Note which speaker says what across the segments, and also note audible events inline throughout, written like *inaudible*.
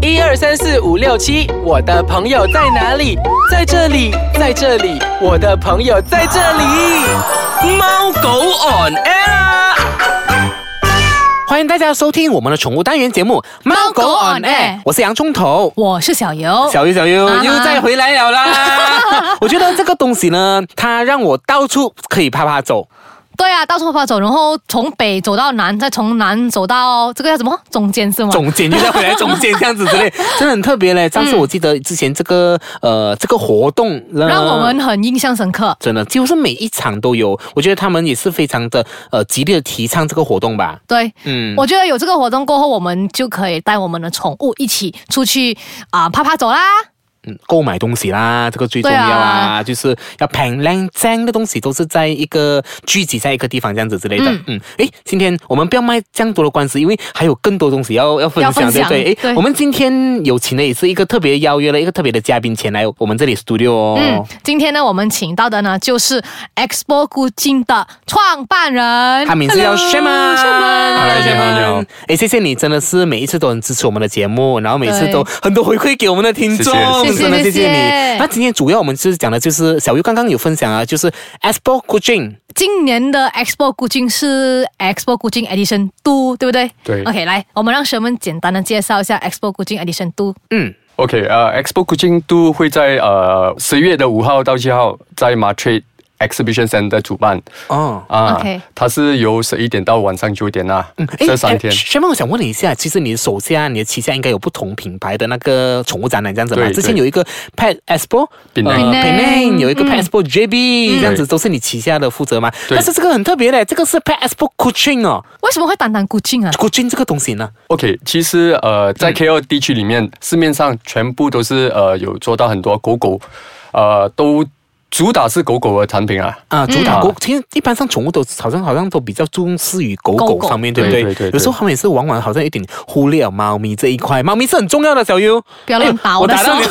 Speaker 1: 一二三四五六七，我的朋友在哪里？在这里，在这里，我的朋友在这里。猫狗 on air 啊。
Speaker 2: 欢迎大家收听我们的宠物单元节目《猫狗 on
Speaker 3: on
Speaker 2: air
Speaker 3: air》，
Speaker 2: 我是洋葱头。
Speaker 3: 我是小游，
Speaker 2: 小优小优、
Speaker 3: 啊哈
Speaker 2: 又再回来了
Speaker 3: *laughs*
Speaker 2: 啦！我觉得这个东西呢，它让我到处可以啪啪走，
Speaker 3: 对啊，到处跑走，然后从北走到南，再从南走到这个叫什么中间是吗？
Speaker 2: 总监又再回来总监这样子之
Speaker 3: *laughs*
Speaker 2: 类，真的很特别嘞。上次我记得之前这个、呃这个活动呢
Speaker 3: 嗯让我们很印象深刻。
Speaker 2: 真的几乎是每一场都有，我觉得他们也是非常的呃极力的提倡这个活动吧。
Speaker 3: 对，
Speaker 2: 嗯，
Speaker 3: 我觉得有这个活动过后，我们就可以带我们的宠物一起出去啊、啪啪走啦。
Speaker 2: 嗯购买东西啦，这个最重要啊，就是要平靓正的东西都是在一个聚集在一个地方这样子之类的。
Speaker 3: 嗯
Speaker 2: 嗯，诶，今天我们不要卖这样多的关子，因为还有更多东西要要分享，
Speaker 3: 要分享
Speaker 2: 对不对？
Speaker 3: 对
Speaker 2: 我们今天有请的也是一个特别邀约了一个特别的嘉宾前来我们这里 studio 哦。
Speaker 3: 嗯，今天呢，我们请到的呢就是 Expo 古今的创办人，
Speaker 2: 他名字叫 s h a m a
Speaker 3: Shaman
Speaker 4: 你好你好。
Speaker 2: 哎，谢谢你，真的是每一次都很支持我们的节目，然后每次
Speaker 3: 对
Speaker 2: 都很多回馈给我们的听众，
Speaker 4: 谢
Speaker 3: 谢
Speaker 2: 真的谢
Speaker 3: 谢谢
Speaker 2: 谢
Speaker 3: 谢
Speaker 2: 你。那今天主要我们就是讲的就是小优刚刚有分享啊，就是 Expo c o u c h i n
Speaker 3: 今年的 Expo 古今是 Expo 古今 Edition Two，对不对？
Speaker 4: 对
Speaker 3: OK，来，我们让学们简单的介绍一下 Expo 古今 Edition Two。
Speaker 2: 嗯，
Speaker 4: OK，呃、e x p o 古京都会在呃十月的五号到七号在 m a t r i d Exhibition Center 主办
Speaker 2: 哦。
Speaker 4: 啊
Speaker 3: OK
Speaker 4: 它是由十一点到晚上九点啊，这三天。
Speaker 2: 轩梦，我想问你一下，其实你的手下、你的旗下应该有不同品牌的那个宠物展览这样子嘛？
Speaker 4: 对
Speaker 2: 之前
Speaker 4: 对
Speaker 2: 有一个 Pet Expo，
Speaker 4: Penang
Speaker 2: 呃
Speaker 3: Penang，
Speaker 2: Penang 有一个 Pet
Speaker 3: 嗯
Speaker 2: Expo JB，这样子都是你旗下的负责嘛？
Speaker 4: 对
Speaker 2: 但是这个很特别嘞，这个是 Pet Expo c o u c h i n 哦，
Speaker 3: 为什么会单单古今啊？
Speaker 2: c o u c h i n 这个东西呢？
Speaker 4: OK，其实呃，在 KL 地区里面，市面上全部都是呃有做到很多狗狗，呃，都主打是狗狗的产品啊。
Speaker 2: 啊，主打
Speaker 4: 嗯
Speaker 2: 狗，其实一般上宠物都好像好像都比较重视于狗狗
Speaker 3: 狗狗
Speaker 2: 上面，对不对？
Speaker 4: 对对对对
Speaker 2: 有时候他们也是往往好像有点忽略了猫咪这一块，猫咪是很重要的，小优。
Speaker 3: 不要乱打
Speaker 2: *laughs* 我
Speaker 3: 我的
Speaker 2: 打
Speaker 3: 手
Speaker 2: 到。你手。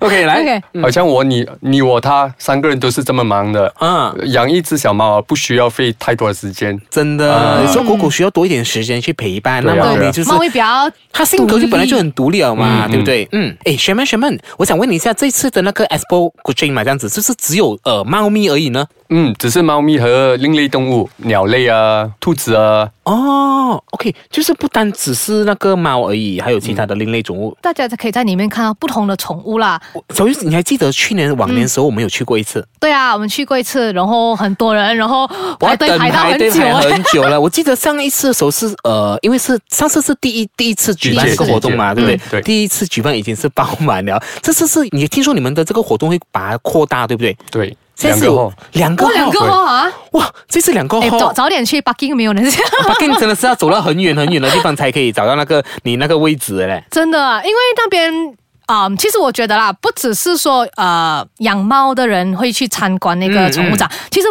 Speaker 2: OK，来
Speaker 4: 哎
Speaker 3: OK，
Speaker 4: 好像我你你我他三个人都是这么忙的，
Speaker 2: 啊，
Speaker 4: 养一只小猫啊，不需要费太多的时间。
Speaker 2: 真的，
Speaker 4: 啊
Speaker 2: 有时候狗狗需要多一点时间去陪伴，
Speaker 4: 对
Speaker 2: 那
Speaker 4: 啊
Speaker 2: 猫
Speaker 4: 对
Speaker 2: 咪
Speaker 4: 啊
Speaker 2: 就是
Speaker 3: 猫咪比较
Speaker 2: 它性格就本来就很独立了嘛，
Speaker 4: 嗯
Speaker 2: 对不对？嗯，哎，学妹学妹，我想问你一下，这次的那个 Expo g o o d i n 嘛，这样子，就是只有呃猫咪而已呢？
Speaker 4: 嗯，只是猫咪和另类动物，鸟类啊，兔子啊，
Speaker 2: 哦，OK，就是不单只是那个猫而已，还有其他的另类宠物。
Speaker 3: 大家可以在里面看到不同的宠物啦。
Speaker 2: 小玉，你还记得去年往年的时候我们有去过一次？
Speaker 3: 对啊，我们去过一次，然后很多人，然后
Speaker 2: 我
Speaker 3: 排队
Speaker 2: 等
Speaker 3: 排到
Speaker 2: 排
Speaker 3: 很
Speaker 2: 队
Speaker 3: 久。哎啊
Speaker 2: 排很久了。我记得上一次的时候是呃，因为是上次是第一第一次举办
Speaker 3: 第
Speaker 2: 这
Speaker 3: 一次
Speaker 2: 个活动嘛，对
Speaker 4: 举
Speaker 2: 不
Speaker 4: 办
Speaker 2: 对？
Speaker 4: 嗯对
Speaker 2: 第一次举办已经是爆满了。这次是你听说你们的这个活动会把它扩大，对不对？
Speaker 4: 对，
Speaker 2: 现在
Speaker 4: 两
Speaker 2: 是
Speaker 4: 个
Speaker 2: 有
Speaker 4: 后。
Speaker 2: 两个
Speaker 3: 哇，
Speaker 2: 号，
Speaker 3: 两个哦啊！
Speaker 2: 哇，这次两个
Speaker 3: 哎，
Speaker 2: 号
Speaker 3: 早。早点去 Bucking 没有人这样。
Speaker 2: 我跟你真的是要走到很远很远的地方才可以找到那个你那个位置嘞。
Speaker 3: 真的啊，因为那边。啊、其实我觉得啦，不只是说呃养猫的人会去参观那个宠物展，其实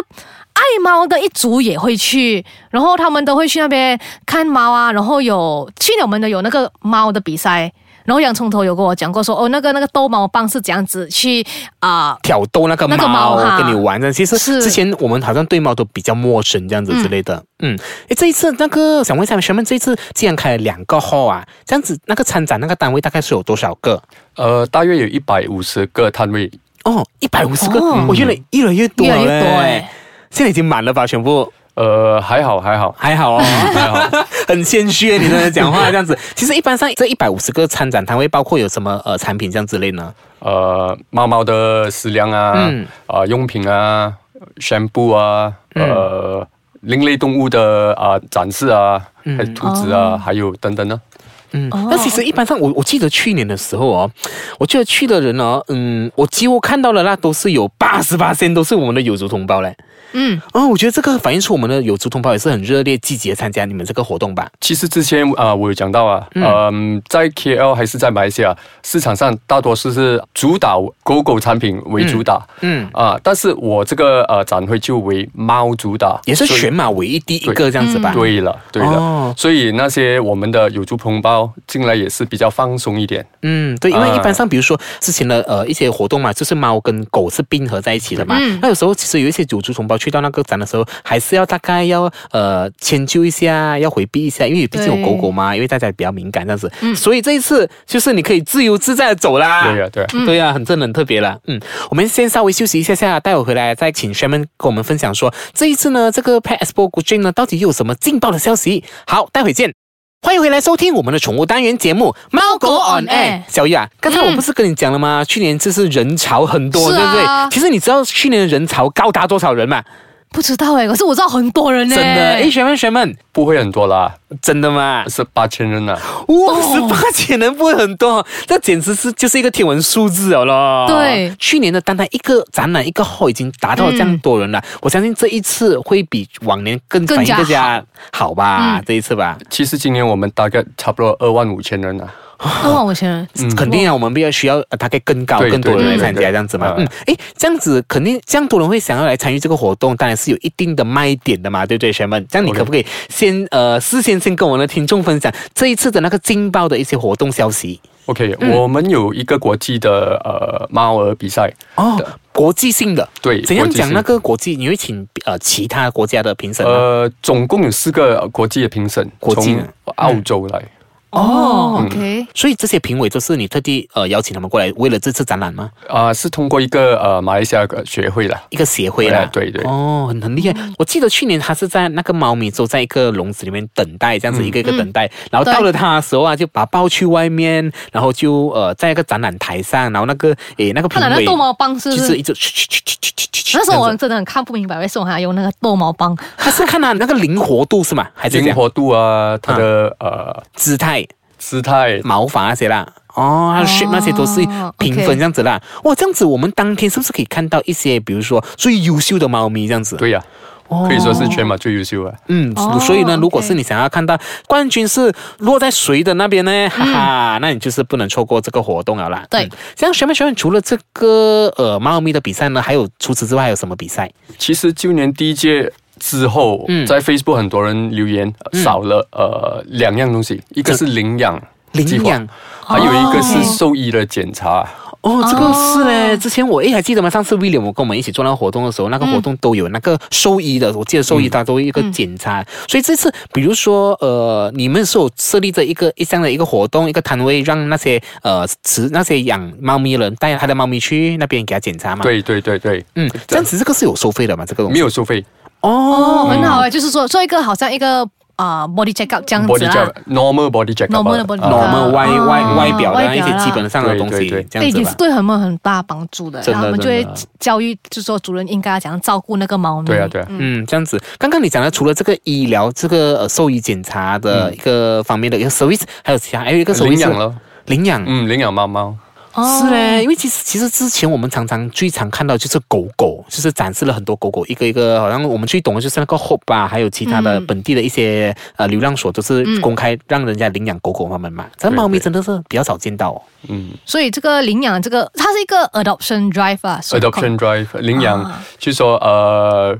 Speaker 3: 爱猫的一族也会去，然后他们都会去那边看猫啊，然后有去年我们的有那个猫的比赛，然后洋葱头有跟我讲过说，哦那个那个逗猫棒是怎样子去啊、
Speaker 2: 挑逗那个猫，
Speaker 3: 那个猫哈
Speaker 2: 跟你玩的。其实
Speaker 3: 是
Speaker 2: 之前我们好像对猫都比较陌生这样子之类的。嗯，诶，这一次那个想问一下，学妹，这一次既然开了两个号啊，这样子那个参展那个单位大概是有多少个？
Speaker 4: 呃，大约有一百五十个摊位，
Speaker 2: 哦，一百五十个，
Speaker 3: 哦
Speaker 2: 我觉得越来越多
Speaker 3: 越
Speaker 2: 了
Speaker 3: 来
Speaker 2: 嘞。
Speaker 3: 越多哎
Speaker 2: 现在已经满了吧？全部
Speaker 4: 呃，还好还好，
Speaker 2: 还
Speaker 3: *laughs*
Speaker 2: 好哦，
Speaker 4: 还好。
Speaker 2: 很谦虚耶，你在讲话这样子。其实一般上这一百五十个参展摊位，包括有什么呃产品这样之类呢？
Speaker 4: 呃，猫猫的食粮啊，
Speaker 2: 嗯
Speaker 4: 啊、用品啊，宣布啊，呃，另类动物的啊、展示啊，还有兔子
Speaker 2: 哦
Speaker 4: 啊，还有等等呢、
Speaker 2: 嗯
Speaker 3: 哦，
Speaker 2: 那其实一般上我我记得去年的时候哦，我记得去的人哦，嗯，我几乎看到的那都是有八十八都是我们的有族同胞嘞。
Speaker 3: 嗯，
Speaker 2: 哦，我觉得这个反映出我们的有族同胞也是很热烈积极地参加你们这个活动吧。
Speaker 4: 其实之前啊、我有讲到啊，嗯、在 KL 还是在马来西亚市场上，大多数是主打狗狗产品为主打，
Speaker 2: 嗯，
Speaker 4: 啊、但是我这个呃展会就为猫主打，
Speaker 2: 也是
Speaker 4: 所以
Speaker 2: 全马唯一第一个这样子吧。
Speaker 4: 对了，对了，
Speaker 2: 哦
Speaker 4: 所以那些我们的有族同胞进来也是比较放松一点。
Speaker 2: 嗯，对，因为
Speaker 4: 啊
Speaker 2: 一般上，比如说之前的呃一些活动嘛，就是猫跟狗是并合在一起的嘛。
Speaker 3: 嗯
Speaker 2: 那有时候其实有一些有族同胞去到那个展的时候，还是要大概要呃迁就一下，要回避一下，因为毕竟有狗狗嘛，因为大家比较敏感这样子。所以这一次就是你可以自由自在的走啦。
Speaker 4: 对呀对呀
Speaker 2: 对呀、很正很特别啦。嗯，我们先稍微休息一下下，待会回来再请 Sherman 跟我们分享说这一次呢，这个 Pet Expo g u j i n 呢到底有什么劲爆的消息？好，待会见。欢迎回来收听我们的宠物单元节目《猫狗 on air》。小玉啊，刚才我不是跟你讲了吗？去年就是人潮很多，
Speaker 3: 是
Speaker 2: 对不对
Speaker 3: 啊？
Speaker 2: 其实你知道去年的人潮高达多少人吗？
Speaker 3: 不知道哎、可是我知道很多人呢、
Speaker 2: 真的，哎，学妹学妹，
Speaker 4: 不会很多啦，
Speaker 2: 真的吗？
Speaker 4: 是八千人呐、啊
Speaker 2: 哇，十八千人不会很多，这简直是就是一个天文数字了咯。
Speaker 3: 对
Speaker 2: 去年的单单一个展览一个号已经达到这样多人了，我相信这一次会比往年更
Speaker 3: 更
Speaker 2: 反应
Speaker 3: 加
Speaker 2: 更加好吧？
Speaker 3: 嗯
Speaker 2: 这一次吧。
Speaker 4: 其实今年我们大概差不多二万五千人啊呐、
Speaker 3: 二万五千人，
Speaker 2: 肯定啊，我们必要需要呃大概更高、
Speaker 4: 嗯对
Speaker 2: 更多人
Speaker 4: 对
Speaker 2: 来
Speaker 4: 对
Speaker 2: 参加
Speaker 4: 对
Speaker 2: 这样子嘛。
Speaker 4: 嗯
Speaker 2: 嗯，诶，这样子肯定这样多人会想要来参与这个活动，当然是有一定的卖点的嘛，对不对，学妹？这样你
Speaker 4: OK
Speaker 2: 可不可以先呃事先先跟我们的听众分享这一次的那个劲爆的一些活动消息
Speaker 4: OK，、我
Speaker 2: 嗯
Speaker 4: 们有一个国际的呃猫儿比赛，
Speaker 2: 哦？国际性的，
Speaker 4: 对
Speaker 2: 怎样讲那
Speaker 4: 国际性
Speaker 2: 个国际？你会请呃其他国家的评审吗？
Speaker 4: 呃，总共有四个呃国际的评审，
Speaker 2: 啊国际的嗯
Speaker 4: 从澳洲来。呃
Speaker 3: 哦，OK，
Speaker 2: 所以这些评委都是你特地呃邀请他们过来，为了这次展览吗？
Speaker 4: 啊、是通过一个呃马来西亚的学会啦。
Speaker 2: 一个协会啦，
Speaker 4: 哎对对对
Speaker 2: 哦，很很厉害。
Speaker 3: 嗯
Speaker 2: 我记得去年他是在那个猫咪都在一个笼子里面等待，这样
Speaker 4: 嗯
Speaker 2: 子一个一个等
Speaker 3: 嗯
Speaker 2: 待，然后到了他的时候啊，就把它抱去外面，然后就呃在一个展览台上，然后那个诶那个
Speaker 3: 他
Speaker 2: 评
Speaker 3: 拿那
Speaker 2: 委
Speaker 3: 个逗猫棒是不
Speaker 2: 就是是一直去去去去去去去，
Speaker 3: 那时候
Speaker 2: 这
Speaker 3: 我
Speaker 2: 样子
Speaker 3: 真的很看不明白为什么他用那个逗猫棒，
Speaker 2: 他是看他那个灵活度是吗？还是这
Speaker 4: 灵
Speaker 2: 样
Speaker 4: 活度啊，它的、呃
Speaker 2: 姿态？
Speaker 4: 姿态，
Speaker 2: 毛发那些啦。哦，它的 shape
Speaker 3: 哦
Speaker 2: 那些都是评分
Speaker 3: OK
Speaker 2: 这样子啦。哇，这样子我们当天是不是可以看到一些，比如说最优秀的猫咪这样子？
Speaker 4: 对呀、可以说是全马最优秀啊。
Speaker 2: 嗯，
Speaker 3: 哦
Speaker 2: 所以呢，
Speaker 3: ，OK
Speaker 2: 如果是你想要看到冠军是落在谁的那边呢？哈哈，那你就是不能错过这个活动了啦。
Speaker 3: 对
Speaker 2: 嗯，这样学妹学妹除了这个呃猫咪的比赛呢，还有除此之外还有什么比赛？
Speaker 4: 其实今年第一届之后，
Speaker 2: 嗯
Speaker 4: 在 Facebook 很多人留言、少了呃两样东西，一个是领养计
Speaker 2: 领
Speaker 4: 划，
Speaker 2: 养
Speaker 4: 还有一个
Speaker 3: 哦
Speaker 4: 是兽医的检查。
Speaker 2: 哦，这个是嘞。之前我诶还记得吗？上次 William 我跟我们一起做那个活动的时候，那个活动都有那个兽医的，我记得兽医他都有一个检
Speaker 4: 嗯
Speaker 2: 查。所以这次比如说呃，你们是有设立着一个一这样的一个活动一个摊位，让那些呃持那些养猫咪的人带他的猫咪去那边给他检查嘛？
Speaker 4: 对对对对，
Speaker 2: 嗯，这样子这个是有收费的嘛？这个东西
Speaker 4: 没有收费
Speaker 3: 哦，
Speaker 4: 嗯
Speaker 2: 哦，
Speaker 3: 很好哎、就是说做一个好像一个啊、呃 body check up 这样子
Speaker 4: ，body
Speaker 3: 啦
Speaker 4: check。normal body 啊 check
Speaker 3: normal 的 body
Speaker 2: 那我们外
Speaker 3: 哦
Speaker 4: 啊
Speaker 2: 外外表
Speaker 3: 外
Speaker 2: 的一
Speaker 3: 表
Speaker 2: 些
Speaker 3: 啦
Speaker 2: 基本上的东西
Speaker 4: 对对对，
Speaker 2: 这
Speaker 3: 哎
Speaker 2: 样子
Speaker 3: 也是
Speaker 2: 吧。
Speaker 3: 对他们很大帮助的，
Speaker 2: 真的
Speaker 3: 然后他们就会
Speaker 2: 真的
Speaker 3: 教育，就是说主人应该怎样照顾那个猫咪。
Speaker 4: 对啊对啊
Speaker 3: 嗯
Speaker 2: 嗯，这样子。刚刚你讲的，除了这个医疗、这个呃兽医检查的一个方面的一个 service，还有其他还有一个 service
Speaker 4: 嗯呃领
Speaker 2: 是
Speaker 4: 养了，
Speaker 2: 领养。
Speaker 4: 嗯，领养猫猫，
Speaker 3: 哦
Speaker 2: 是嘞，因为其实其实之前我们常常最常看到就是狗狗，就是展示了很多狗狗，一个一个，好像我们最懂的就是那个 Hope 吧，还有其他的
Speaker 3: 嗯
Speaker 2: 本地的一些、呃流浪所都是
Speaker 3: 嗯
Speaker 2: 公开让人家领养狗狗他们嘛。咱猫咪
Speaker 4: 对对
Speaker 2: 真的是比较少见到、哦。
Speaker 4: 嗯
Speaker 3: 所以这个领养这个，它是一个 adoption drive 啊所以
Speaker 4: ，adoption drive 领养
Speaker 3: 啊，
Speaker 4: 就说呃，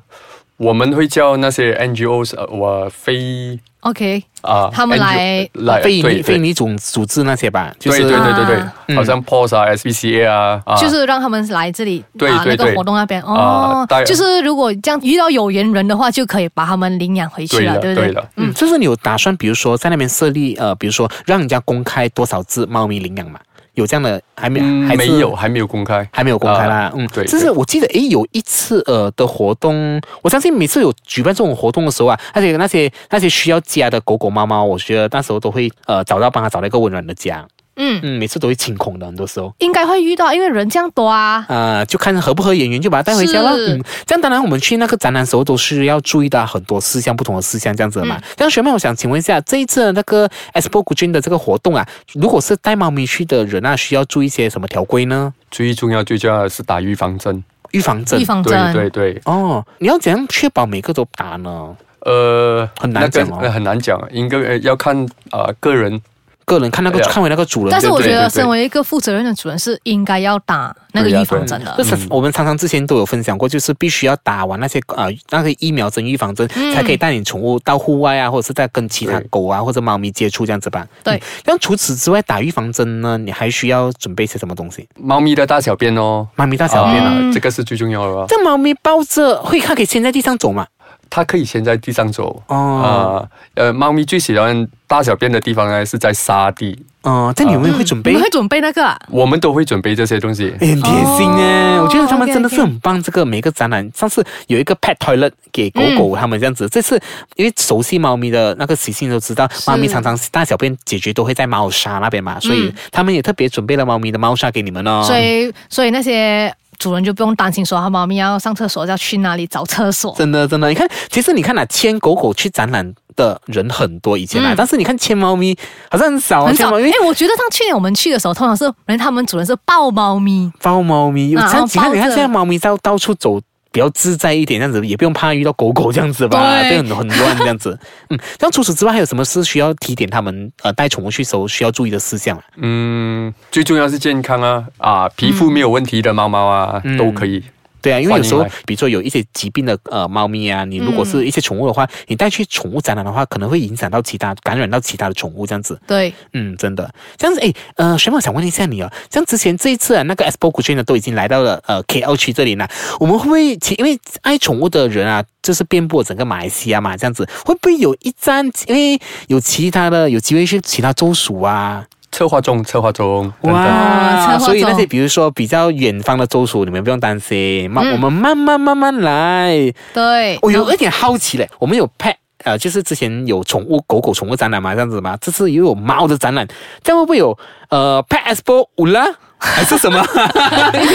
Speaker 4: 我们会叫那些 NGOs 呃我非
Speaker 3: OK，
Speaker 4: 啊，
Speaker 3: 他们
Speaker 4: NGO
Speaker 3: 来
Speaker 4: 来
Speaker 2: 非
Speaker 4: 对
Speaker 2: 你非
Speaker 4: 对
Speaker 2: 你组组织那些吧，就
Speaker 4: 对
Speaker 2: 是
Speaker 4: 对对对
Speaker 3: 啊
Speaker 4: 对，好像 POS 啊、SBCA 啊，啊
Speaker 3: 就是让他们来这里
Speaker 4: 对
Speaker 3: 啊那
Speaker 4: 对
Speaker 3: 个
Speaker 4: 对
Speaker 3: 活动那边哦
Speaker 4: 啊，当然
Speaker 3: 就是如果这样遇到有缘人的话，就可以把他们领养回去
Speaker 4: 对
Speaker 3: 了，
Speaker 4: 了
Speaker 3: 对不
Speaker 4: 对了，
Speaker 2: 嗯，就是你有打算，比如说在那边设立呃，比如说让人家公开多少只猫咪领养嘛？有这样的还没、
Speaker 4: 嗯
Speaker 2: 还是
Speaker 4: 没有还没有公开，
Speaker 2: 还没有公开啦，
Speaker 4: 啊
Speaker 2: 嗯，
Speaker 4: 对
Speaker 2: 就是我记得，诶，有一次呃的活动，我相信每次有举办这种活动的时候啊，而且那些那些需要家的狗狗猫猫，我觉得那时候都会呃找到帮它找到一个温暖的家，
Speaker 3: 嗯，
Speaker 2: 嗯，每次都会清空的，很多时候。
Speaker 3: 应该会遇到，因为人这样多啊，
Speaker 2: 呃，就看合不合眼缘，就把它带回家了。
Speaker 3: 是
Speaker 2: 嗯，这样当然我们去那个展览的时候都是要注意到很多事项，不同的事项这样子的
Speaker 3: 嗯
Speaker 2: 嘛。但是学妹，我想请问一下，这一次的那个 Expo 古君的这个活动啊，如果是带猫咪去的人啊，需要注意些什么条规呢？
Speaker 4: 最重要最重要的是打预防针，
Speaker 2: 预防针
Speaker 3: 预。防
Speaker 4: 对
Speaker 3: 嗯针，
Speaker 4: 对对，
Speaker 2: 哦，你要怎样确保每个都打呢？
Speaker 4: 呃，
Speaker 2: 很难讲哦
Speaker 4: 那个呃很难讲，应该呃要看啊个人
Speaker 2: 个人，看那个
Speaker 4: Yeah
Speaker 2: 看回那个主人。
Speaker 3: 但是
Speaker 2: 对不
Speaker 3: 我觉
Speaker 2: 对
Speaker 3: 得，
Speaker 4: 对对
Speaker 3: 身为一个负责任的主人，是应该要打那个
Speaker 4: 对呀
Speaker 3: 预防
Speaker 4: 对
Speaker 3: 针的。
Speaker 2: 就是我们常常之前都有分享过，就是必须要打完那些呃那个疫苗针、预防针，才可以带你宠物到户外啊，或者是在跟其他
Speaker 4: 对
Speaker 2: 狗啊或者猫咪接触这样子吧。
Speaker 3: 对
Speaker 2: 嗯。那、除此之外，打预防针呢，你还需要准备些什么东西？
Speaker 4: 猫咪的大小便哦，
Speaker 2: 猫咪大小便啊，
Speaker 4: 啊，这个是最重要的哦。
Speaker 2: 这猫咪抱着会它可以先在地上走嘛？
Speaker 4: 它可以先在地上走。
Speaker 2: 哦，
Speaker 4: 啊，呃，猫咪最喜欢大小便的地方呢是在沙地，
Speaker 2: 哦、这、你们会准备？
Speaker 3: 你们会准备那个、啊？
Speaker 4: 我们都会准备这些东西。
Speaker 2: 哎很贴心哎、
Speaker 3: 哦
Speaker 2: 我觉得他们
Speaker 3: OK，OK
Speaker 2: 真的是很棒。这个每个展览，上次有一个 pet toilet 给狗狗
Speaker 3: 嗯
Speaker 2: 他们这样子，这次因为熟悉猫咪的那个习性都知道，猫
Speaker 3: 嗯
Speaker 2: 咪常常大小便解决都会在猫砂那边嘛，所以他们也特别准备了猫咪的猫砂给你们哦。
Speaker 3: 所以，所以那些主人就不用担心说，他猫咪要上厕所要去哪里找厕所。
Speaker 2: 真的真的，你看，其实你看啊，牵狗狗去展览的人很多以前啊，
Speaker 3: 嗯
Speaker 2: 但是你看牵猫咪好像很少啊，
Speaker 3: 很
Speaker 2: 牵
Speaker 3: 少，
Speaker 2: 猫
Speaker 3: 哎、
Speaker 2: 咪。
Speaker 3: 我觉得像去年我们去的时候，通常是连他们主人是抱猫咪，
Speaker 2: 抱猫咪，有
Speaker 3: 啊
Speaker 2: 像你看，
Speaker 3: 抱着
Speaker 2: 你看现在猫咪到到处走。比较自在一点，这样子也不用怕遇到狗狗这样子吧，
Speaker 3: 对
Speaker 2: 对，很很乱这样
Speaker 3: *laughs*
Speaker 2: 子。嗯，像除此之外，还有什么是需要提点他们呃带宠物去时候需要注意的事项啊？
Speaker 4: 嗯，最重要是健康啊啊，皮肤没有问题的猫猫啊、
Speaker 2: 嗯
Speaker 4: 都可以。
Speaker 2: 对啊，因为有时候
Speaker 4: 欢迎来
Speaker 2: 比如说有一些疾病的呃猫咪啊，你如果
Speaker 3: 嗯
Speaker 2: 是一些宠物的话，你带去宠物展览的话，可能会影响到其他感染到其他的宠物这样子。
Speaker 3: 对，
Speaker 2: 嗯，真的，这样子，哎，呃，水宝想问一下你哦，像之前这一次啊，那个 Expo 股券呢，都已经来到了呃 KL 区这里呢，我们会不会其因为爱宠物的人啊，就是遍布整个马来西亚嘛，这样子会不会有一站，因为有其他的有机会去其他州属啊？
Speaker 4: 策划中，策划中，等等
Speaker 3: 哇策划
Speaker 2: 所以那
Speaker 3: 中
Speaker 2: 些比如说比较远方的州属，你们不用担心，慢、
Speaker 3: 嗯
Speaker 2: 我们慢慢慢慢来。
Speaker 3: 对，
Speaker 2: 哎我
Speaker 3: 然
Speaker 2: 有
Speaker 3: 后
Speaker 2: 一点好奇嘞，我们有 pet。呃，就是之前有宠物狗狗宠物展览嘛，这样子嘛，这次也有猫的展览，这样会不会有呃 Pet Expo 五啦，还是什么？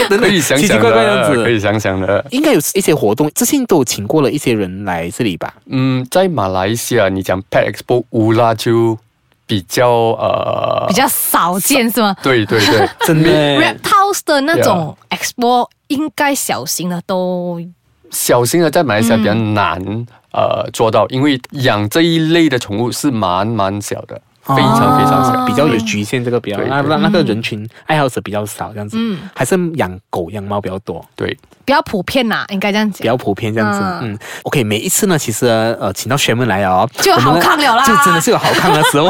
Speaker 2: 等等
Speaker 4: 可以想
Speaker 2: 奇
Speaker 4: 想
Speaker 2: 奇
Speaker 4: 的，
Speaker 2: 怪怪这样
Speaker 4: 可
Speaker 2: 子，
Speaker 4: 以想想的。
Speaker 2: *laughs* 应该有一些活动，之前都有请过了一些人来这里吧？
Speaker 4: 嗯，在马来西亚，你讲 Pet Expo 乌拉就比较呃，
Speaker 3: 比较少见是吗
Speaker 4: 对对
Speaker 2: *laughs*
Speaker 4: 对，
Speaker 2: 真的
Speaker 3: ？Rap House 的那种 expo 应该小型的都
Speaker 4: 小型的在马来西亚比较难、
Speaker 2: 嗯
Speaker 4: 呃做到，因为养这一类的宠物是蛮蛮小的，
Speaker 2: 哦
Speaker 4: 非常非常小。
Speaker 2: 比较有局限，这个比较
Speaker 4: 对
Speaker 2: 那
Speaker 4: 对
Speaker 2: 那那个人群爱好者比较少，这样子，还是养狗养猫比较多。
Speaker 4: 对，
Speaker 3: 比较普遍啦，应该这样
Speaker 2: 比较
Speaker 3: 讲。
Speaker 2: 普遍这样子。
Speaker 3: 嗯
Speaker 2: 嗯 o k 每一次呢，其实呃，请到学妹来哦，
Speaker 3: 就有
Speaker 2: 我们呢
Speaker 3: 好看了啦
Speaker 2: 就真的是有好看的
Speaker 3: *laughs*
Speaker 2: 时候。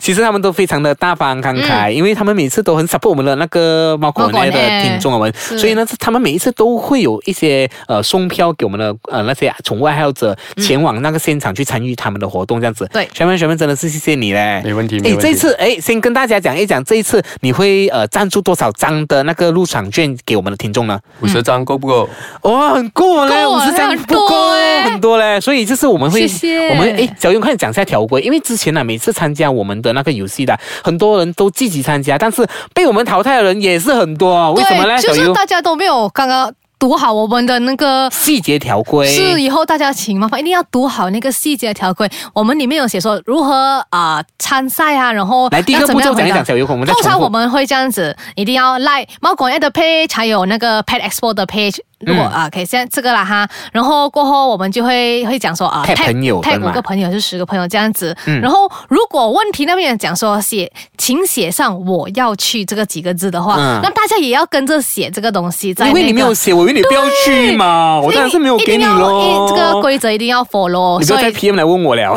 Speaker 2: 其实他们都非常的大方慷慨，因为他们每次都很 support 我们的那个猫狗
Speaker 3: 嗯猫狗
Speaker 2: 内的
Speaker 3: 呢
Speaker 2: 听众我们，
Speaker 3: 是
Speaker 2: 所以呢，他们每一次都会有一些呃送票给我们的呃那些宠物爱好者前往那个现场去参与他们的活动这样子。
Speaker 3: 嗯对
Speaker 2: 学妹学妹真的是谢谢你嘞，
Speaker 4: 没问题没
Speaker 2: 哎，
Speaker 4: 问题
Speaker 2: 这次哎，先跟大家讲一讲，这一次你会呃赞助多少张的那个入场券给我们的听众呢？
Speaker 4: 五十张够不够？
Speaker 2: 哇，很过嘞，
Speaker 3: 够
Speaker 2: 五
Speaker 3: 啊
Speaker 2: 十张
Speaker 3: 很
Speaker 2: 不
Speaker 3: 多
Speaker 2: 够嘞，
Speaker 3: 欸
Speaker 2: 很多嘞，所以就是我们会，
Speaker 3: 谢谢
Speaker 2: 我们诶，小勇快点讲一下条规，因为之前呢、每次参加我们的那个游戏的，很多人都积极参加，但是被我们淘汰的人也是很多啊，为什么呢？
Speaker 3: 对，
Speaker 2: 小
Speaker 3: 就是
Speaker 2: 勇，
Speaker 3: 大家都没有刚刚读好我们的那个。
Speaker 2: 细节条规
Speaker 3: 是，以后大家请麻烦一定要读好那个细节条规。我们里面有写说如何啊、参赛啊，然后
Speaker 2: 来第一
Speaker 3: 要
Speaker 2: 个
Speaker 3: 怎
Speaker 2: 步
Speaker 3: 么
Speaker 2: 骤
Speaker 3: 样
Speaker 2: 讲一
Speaker 3: 回
Speaker 2: 讲，
Speaker 3: 答
Speaker 2: 小勇，我们再
Speaker 3: 通
Speaker 2: 重
Speaker 3: 常
Speaker 2: 复
Speaker 3: 我们会这样子，一定要 like 猫狗 a 的 page，还有那个 Pet Expo 的 page。如
Speaker 2: 嗯
Speaker 3: 果啊，可以现在这个啦哈，然后过后我们就会会讲说啊
Speaker 2: tag 朋友
Speaker 3: ，tag
Speaker 2: 对吗嗯
Speaker 3: 五个朋友就十个朋友这样子。然后如果问题那边有讲说写，请写上我要去这个几个字的话，
Speaker 2: 嗯
Speaker 3: 那大家也要跟着写这个东西在那
Speaker 2: 因
Speaker 3: 个。
Speaker 2: 为你没有写，我以为你不要去嘛，哦我当然是没有给你喽
Speaker 3: 一定要。这个规则一定要 follow，
Speaker 2: 你不
Speaker 3: 所
Speaker 2: 要再
Speaker 3: 以
Speaker 2: PM 来问我
Speaker 3: *laughs*
Speaker 2: 了，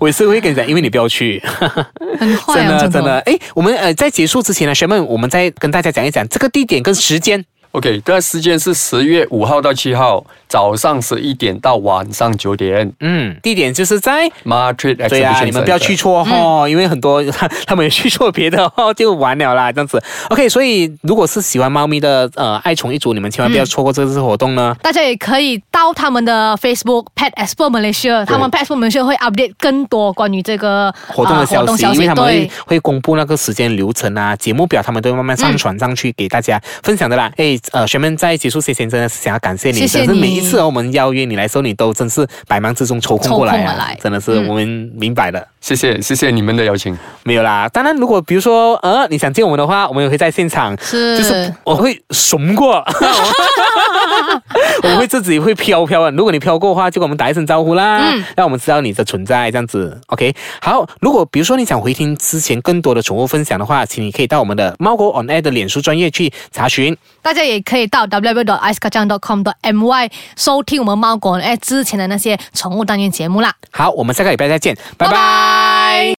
Speaker 2: 我也是会跟你讲，因为你不要去。
Speaker 3: 很坏
Speaker 2: 真
Speaker 3: 啊，
Speaker 2: 的真的，哎，我们呃在结束之前呢，学妹，我们再跟大家讲一讲这个地点跟时间。
Speaker 4: OK，这个时间是十月五号到七号，早上十一点到晚上九点。
Speaker 2: 嗯，地点就是在。
Speaker 4: Madrid Exhibition
Speaker 2: 对呀、你们不要去
Speaker 4: Centre
Speaker 2: 错哦，因为很多 *laughs* 他们也去错别的哦，就完了啦，这样子。OK，所以如果是喜欢猫咪的呃爱宠一族，你们千万不要错过这次活动呢。
Speaker 3: 大家也可以到他们的 Facebook Pet Expo Malaysia，他们 Pet Expo Malaysia 会 update 更多关于这个
Speaker 2: 活动的
Speaker 3: 呃
Speaker 2: 消息，
Speaker 3: 活动消息
Speaker 2: 因为他们会
Speaker 3: 对。
Speaker 2: 会公布那个时间流程啊、节目表，他们都会慢慢上传上去给大家分享的啦。哎、呃，学妹在结束之前真的是想要感谢你，
Speaker 3: 谢谢
Speaker 2: 真的是每
Speaker 3: 你
Speaker 2: 一次哦我们邀约你来的时候，你都真是百忙之中抽空过来
Speaker 3: 抽
Speaker 2: 啊，
Speaker 3: 空而来
Speaker 2: 真的是
Speaker 3: 嗯
Speaker 2: 我们明白了。
Speaker 4: 谢谢谢谢你们的邀请，
Speaker 2: 没有啦，当然，如果比如说呃，你想见我们的话，我们也会在现场，*laughs*
Speaker 3: 是
Speaker 2: 就是我会怂过，我会会自己会飘飘啊。如果你飘过的话，就给我们打一声招呼啦，让我们知道你的存在，这样子。OK，好。如果比如说你想回听之前更多的宠物分享的话，请你可以到我们的猫狗 on air 的脸书专业去查询。
Speaker 3: 大家也可以到 w w i c e k a c a n g c o m m y 收听我们猫狗哎之前的那些宠物单元节目啦。
Speaker 2: 好，我们下个礼拜再见，拜拜。
Speaker 3: 拜